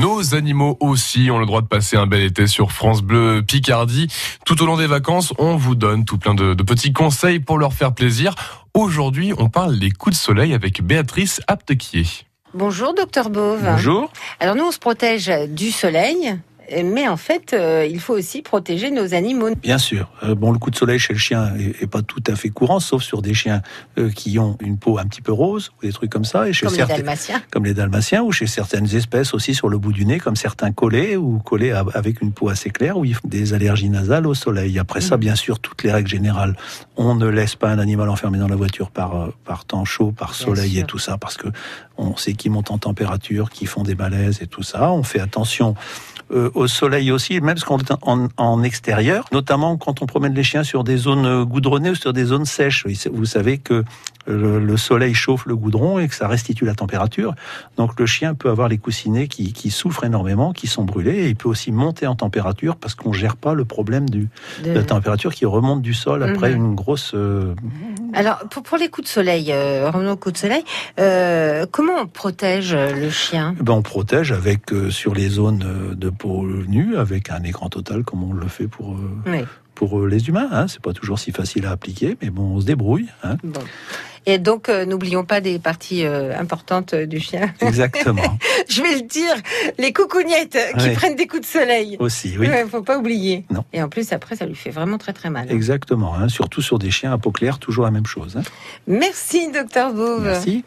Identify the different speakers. Speaker 1: Nos animaux aussi ont le droit de passer un bel été sur France Bleu Picardie. Tout au long des vacances, on vous donne tout plein de, de petits conseils pour leur faire plaisir. Aujourd'hui, on parle des coups de soleil avec Béatrice Aptequier.
Speaker 2: Bonjour, docteur Bove.
Speaker 3: Bonjour.
Speaker 2: Alors, nous, on se protège du soleil. Mais en fait, euh, il faut aussi protéger nos animaux.
Speaker 3: Bien sûr. Euh, bon, le coup de soleil chez le chien est, est pas tout à fait courant, sauf sur des chiens euh, qui ont une peau un petit peu rose ou des trucs comme ça. Et chez
Speaker 2: Comme les
Speaker 3: certains-
Speaker 2: dalmatiens.
Speaker 3: comme les dalmatiens ou chez certaines espèces aussi sur le bout du nez, comme certains collés ou collés à- avec une peau assez claire où ils font des allergies nasales au soleil. Après
Speaker 2: Mm.
Speaker 3: ça, bien sûr, toutes les règles générales. On ne laisse pas un animal enfermé dans la voiture par, euh, par temps chaud, par
Speaker 2: Bien
Speaker 3: soleil et
Speaker 2: sûr.
Speaker 3: tout ça, parce que on sait qu'ils montent en température, qu'ils font des malaises et tout ça. On fait attention euh, au soleil aussi, même quand on est en, en extérieur, notamment quand on promène les chiens sur des zones euh, goudronnées ou sur des zones sèches. Oui, c'est- Vous savez que le, le soleil chauffe le goudron et que ça restitue la température. Donc le chien peut avoir les coussinets qui, qui souffrent énormément, qui sont brûlés, et il peut aussi monter en température parce qu'on gère pas le problème du, de la
Speaker 2: De-
Speaker 3: température qui remonte du sol après
Speaker 2: Euh. Mhm.
Speaker 3: une grosse... euh,
Speaker 2: Alors, pour, pour les coups de soleil, euh, revenons aux coups de soleil, euh, comment on protège euh, le chien
Speaker 3: ben, on protège avec euh, sur les zones euh, de peau nue avec un écran total comme on le fait pour... euh,
Speaker 2: Oui,
Speaker 3: pour euh, les humains, hein. c'est pas toujours si facile à appliquer, mais bon, on se débrouille. hein.
Speaker 2: bon. Et donc, euh, n'oublions pas des parties euh, importantes euh, du chien.
Speaker 3: Exactement.
Speaker 2: Je vais le dire, les coucougnettes euh, qui
Speaker 3: Ouais.
Speaker 2: prennent des coups de soleil.
Speaker 3: Aussi,
Speaker 2: Il
Speaker 3: oui.
Speaker 2: faut pas oublier.
Speaker 3: Non.
Speaker 2: Et en plus, après, ça lui fait vraiment très très mal.
Speaker 3: Exactement, hein. surtout sur des chiens à peau claire, toujours la même chose. hein.
Speaker 2: Merci, docteur Bove.
Speaker 3: Merci.